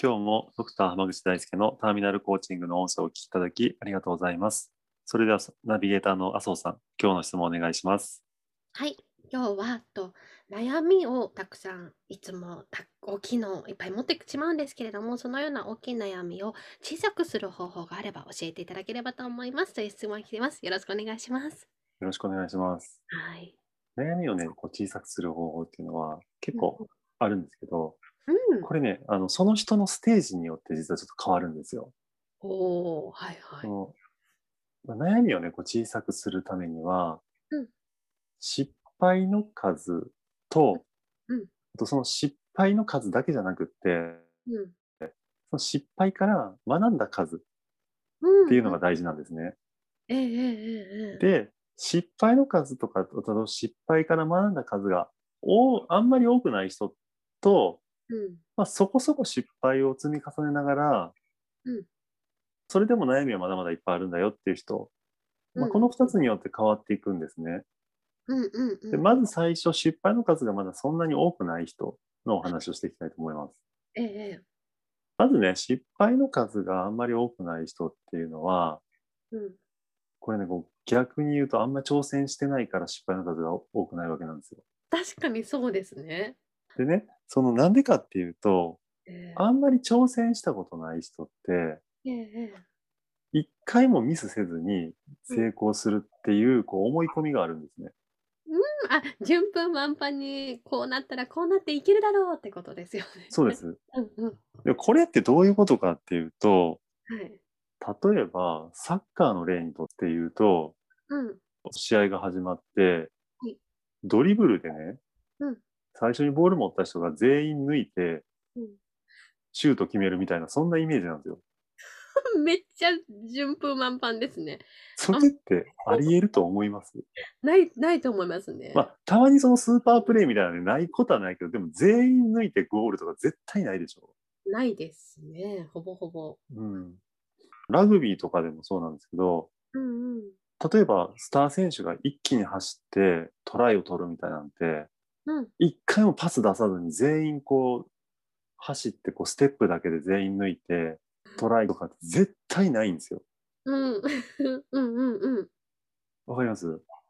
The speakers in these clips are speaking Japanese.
今日もドクター浜口大輔のターミナルコーチングの音声をお聞きいただきありがとうございますそれではナビゲーターの麻生さん今日の質問お願いしますはい今日はと悩みをたくさんいつも大きいのをいっぱい持ってしまうんですけれどもそのような大きい悩みを小さくする方法があれば教えていただければと思いますという質問が来てますよろしくお願いしますよろしくお願いしますはい悩みをねこう小さくする方法っていうのは結構あるんですけど、うんこれねあのその人のステージによって実はちょっと変わるんですよ、おおはいはいそのまあ悩みをねこう小さくするためには、うん失敗の数と、うんあとその失敗の数だけじゃなくってうんその失敗から学んだ数っうんていうのが大事なんですね。ええええええで、失敗の数とか、あと失敗から学んだ数がおあんまり多くない人と、うんまあ、そこそこ失敗を積み重ねながら、うんそれでも悩みはまだまだいっぱいあるんだよっていう人、まうあ、んこの2つによって変わっていくんですね。うんうんうんでまず最初、失敗の数がまだそんなに多くない人のお話をしていきたいと思います。えええまずね、失敗の数があんまり多くない人っていうのは、えうんこれね、こう逆に言うと、あんま挑戦してないから失敗の数が多くないわけなんですよ。確かにそうですねでね、そのなんでかっていうと、ええあんまり挑戦したことない人って、ええええ一回もミスせずに成功するっていうこう思い込みがあるんですね。あ、順風満帆にこうなったらこうなっていけるだろうってことですよね。そうで。す。うんうん。でこれってどういうことかっていうと、はい。例えばサッカーの例にとって言うと、うん。試合が始まってはい、ドリブルでね、うん最初にボール持った人が全員抜いてうん、シュート決めるみたいな、そんなイメージなんですよ。 めっちゃ順風満帆ですね。それってあり得ると思います。ない、ないと思いますね。まあ、たまにそのスーパープレイみたいなのね、ないことはないけど、でも全員抜いてゴールとか絶対ないでしょ。ないですね。ほぼほぼ。うん。ラグビーとかでもそうなんですけど、うんうん。例えばスター選手が一気に走ってトライを取るみたいなんて、うん。一回もパス出さずに全員こう、走ってこうステップだけで全員抜いてトライとかって絶対ないんですよ。うん。 うんうんうん。わかります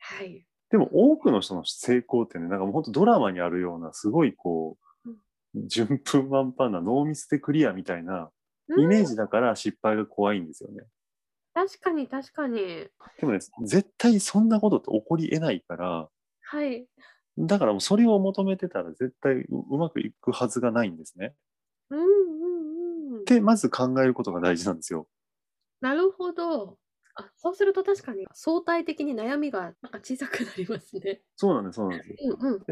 はい。でも多くの人の成功ってね、なんかもう本当ドラマにあるような、すごいこううん、順風満帆なノーミスでクリアみたいなイメージだから失敗が怖いんですよね。確かに確かに。でもね、絶対そんなことって起こり得ないから、はい。だからもうそれを求めてたら絶対ううまくいくはずがないんですね。うんうんうん。で、まず考えることが大事なんですよ。なるほど。あ、そうすると確かに相対的に悩みがなんか小さくなりますね。そうなんです、そうなんです。うんうん。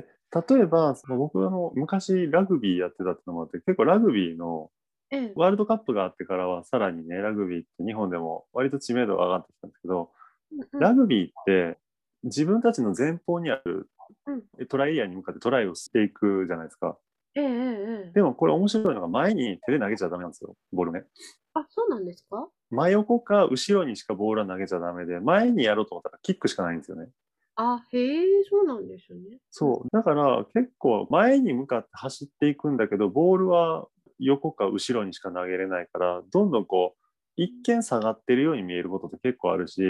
例えば、その僕あの昔ラグビーやってたってのもあって、結構ラグビーのええ。ワールドカップがあってからはさらにね、ラグビーって日本でも割と知名度が上がってきたんですけど、うんラグビーって自分たちの前方にあるうんトライエリアに向かってトライをしていくじゃないですか。ええええええ。でもこれ面白いのが前に手で投げちゃダメなんですよ、ボールね。あ、そうなんですか真横か後ろにしかボールは投げちゃダメで、前にやろうと思ったらキックしかないんですよね。あ、へえ、そうなんですね。そう。だから結構前に向かって走っていくんだけど、ボールは横か後ろにしか投げれないから、どんどんこう、一見下がってるように見えることって結構あるし、う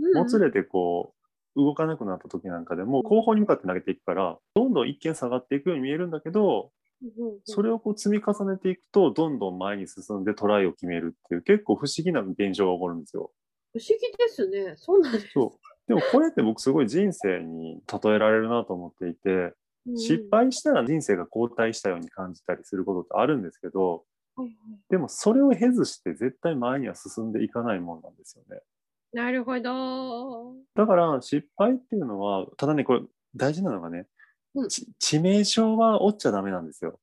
んうんもつれてこう、動かなくなった時なんかでも、後方に向かって投げていくから、どんどん一見下がっていくように見えるんだけど、うんうんそれをこう積み重ねていくと、どんどん前に進んでトライを決めるっていう、結構不思議な現象が起こるんですよ。不思議ですね。そうなんです。そう。でもこれって僕すごい人生に例えられるなと思っていて、うんうん失敗したら人生が後退したように感じたりすることってあるんですけど、はいはいでもそれを経ずして絶対前には進んでいかないもんなんですよね。なるほど。だから失敗っていうのは、ただね、これ大事なのがね、うんち致命傷は負っちゃダメなんですよ。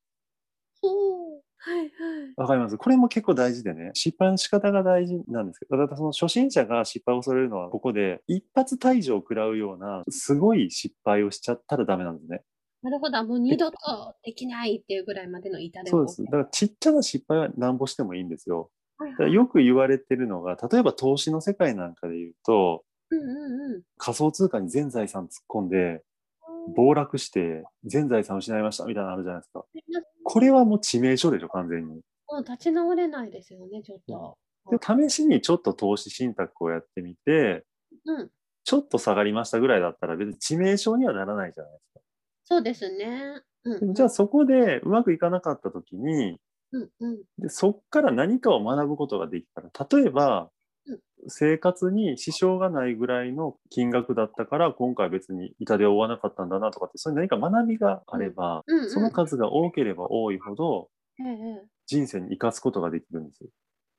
おお。はいはい。わかります。これも結構大事でね、失敗の仕方が大事なんですけど、だからその初心者が失敗を恐れるのはここで、一発退場を食らうような、すごい失敗をしちゃったらダメなんですね。なるほど。もう二度とできないっていうぐらいまでの痛手を。そうです。だからちっちゃな失敗はなんぼしてもいいんですよ。はいだかはらい。よく言われてるのが、例えば投資の世界なんかで言うと、うんうんうん。仮想通貨に全財産突っ込んで、暴落して全財産失いましたみたいなのあるじゃないですか。これはもう致命傷でしょ、完全に。もう立ち直れないですよね、ちょっと。で試しにちょっと投資信託をやってみて、うん。ちょっと下がりましたぐらいだったら別に致命傷にはならないじゃないですか。そうですね。うんでうもん。じゃあそこでうまくいかなかった時に、うんうん。でそっから何かを学ぶことができたら、例えばうん、生活に支障がないぐらいの金額だったから、今回別に痛手を負わなかったんだなとかって、そういう何か学びがあれば、うんうん。その数が多ければ多いほど、ええ。人生に生かすことができるんですよ。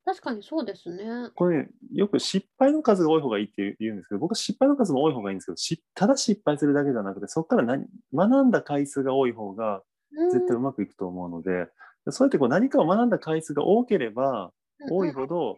確かにそうですね。これ、ね、よく失敗の数が多い方がいいって言うんですけど、僕は失敗の数も多い方がいいんですけど、しただ失敗するだけじゃなくて、そこから何学んだ回数が多い方がうん絶対うまくいくと思うので、そうやってこう何かを学んだ回数が多ければ多いほうんど、はい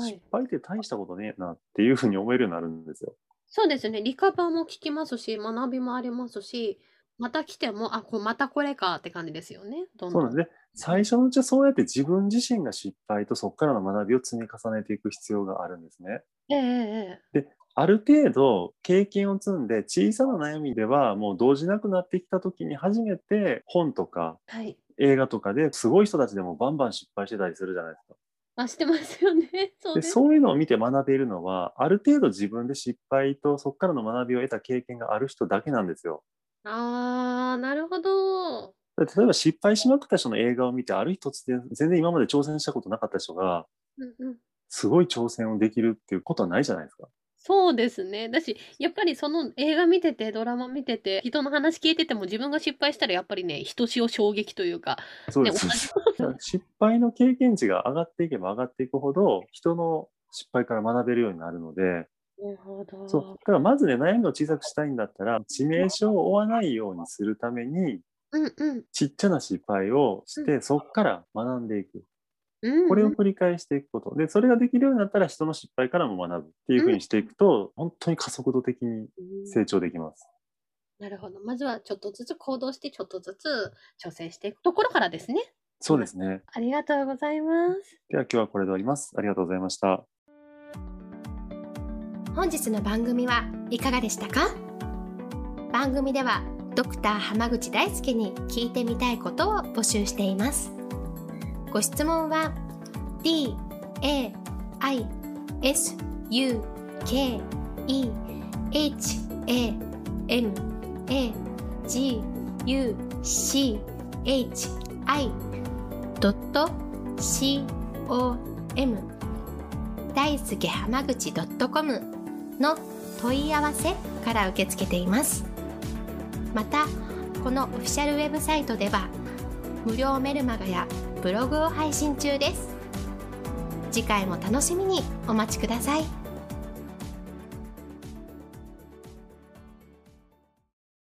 失敗って大したことねえなっていうふうに思えるようになるんですよ。そうですね。リカバーも効きますし、学びもありますし、また来ても、あ、こうまたこれかって感じですよね。どんそどうんなんですね。最初のうちはそうやって自分自身が失敗とそこからの学びを積み重ねていく必要があるんですね。ええええある程度経験を積んで小さな悩みではもう動じなくなってきた時に初めて本とかええはい。映画とかですごい人たちでもバンバン失敗してたりするじゃないですか。あ、してますよね。 そうでです。そういうのを見て学べるのはある程度自分で失敗とそこからの学びを得た経験がある人だけなんですよ。あー、なるほど。だって例えば失敗しまくった人の映画を見てある日突然全然今まで挑戦したことなかった人がうんうん。すごい挑戦をできるっていうことはないじゃないですか。そうですね。だし、やっぱりその映画見てて、ドラマ見てて、人の話聞いてても自分が失敗したらやっぱりね、ひとしお衝撃というか、そうです。ねだから 失敗の経験値が上がっていけば上がっていくほど人の失敗から学べるようになるのでなるほど。そうだからまずね悩みを小さくしたいんだったら致命傷を負わないようにするためにうんうん。ちっちゃな失敗をしてそこから学んでいくうんうんこれを繰り返していくことでそれができるようになったら人の失敗からも学ぶっていうふうにしていくと本当に加速度的に成長できます。なるほど。まずはちょっとずつ行動して、ちょっとずつ挑戦していくところからですね。そうですね。ありがとうございます。では今日はこれで終わります。ありがとうございました。本日の番組はいかがでしたか番組ではドクター濱口大輔に聞いてみたいことを募集していますご質問は d a i s u k e h a m a g u c h i c o m 大輔濱口 .com の問い合わせから受け付けていますまたこのオフィシャルウェブサイトでは無料メルマガやブログを配信中です次回も楽しみにお待ちください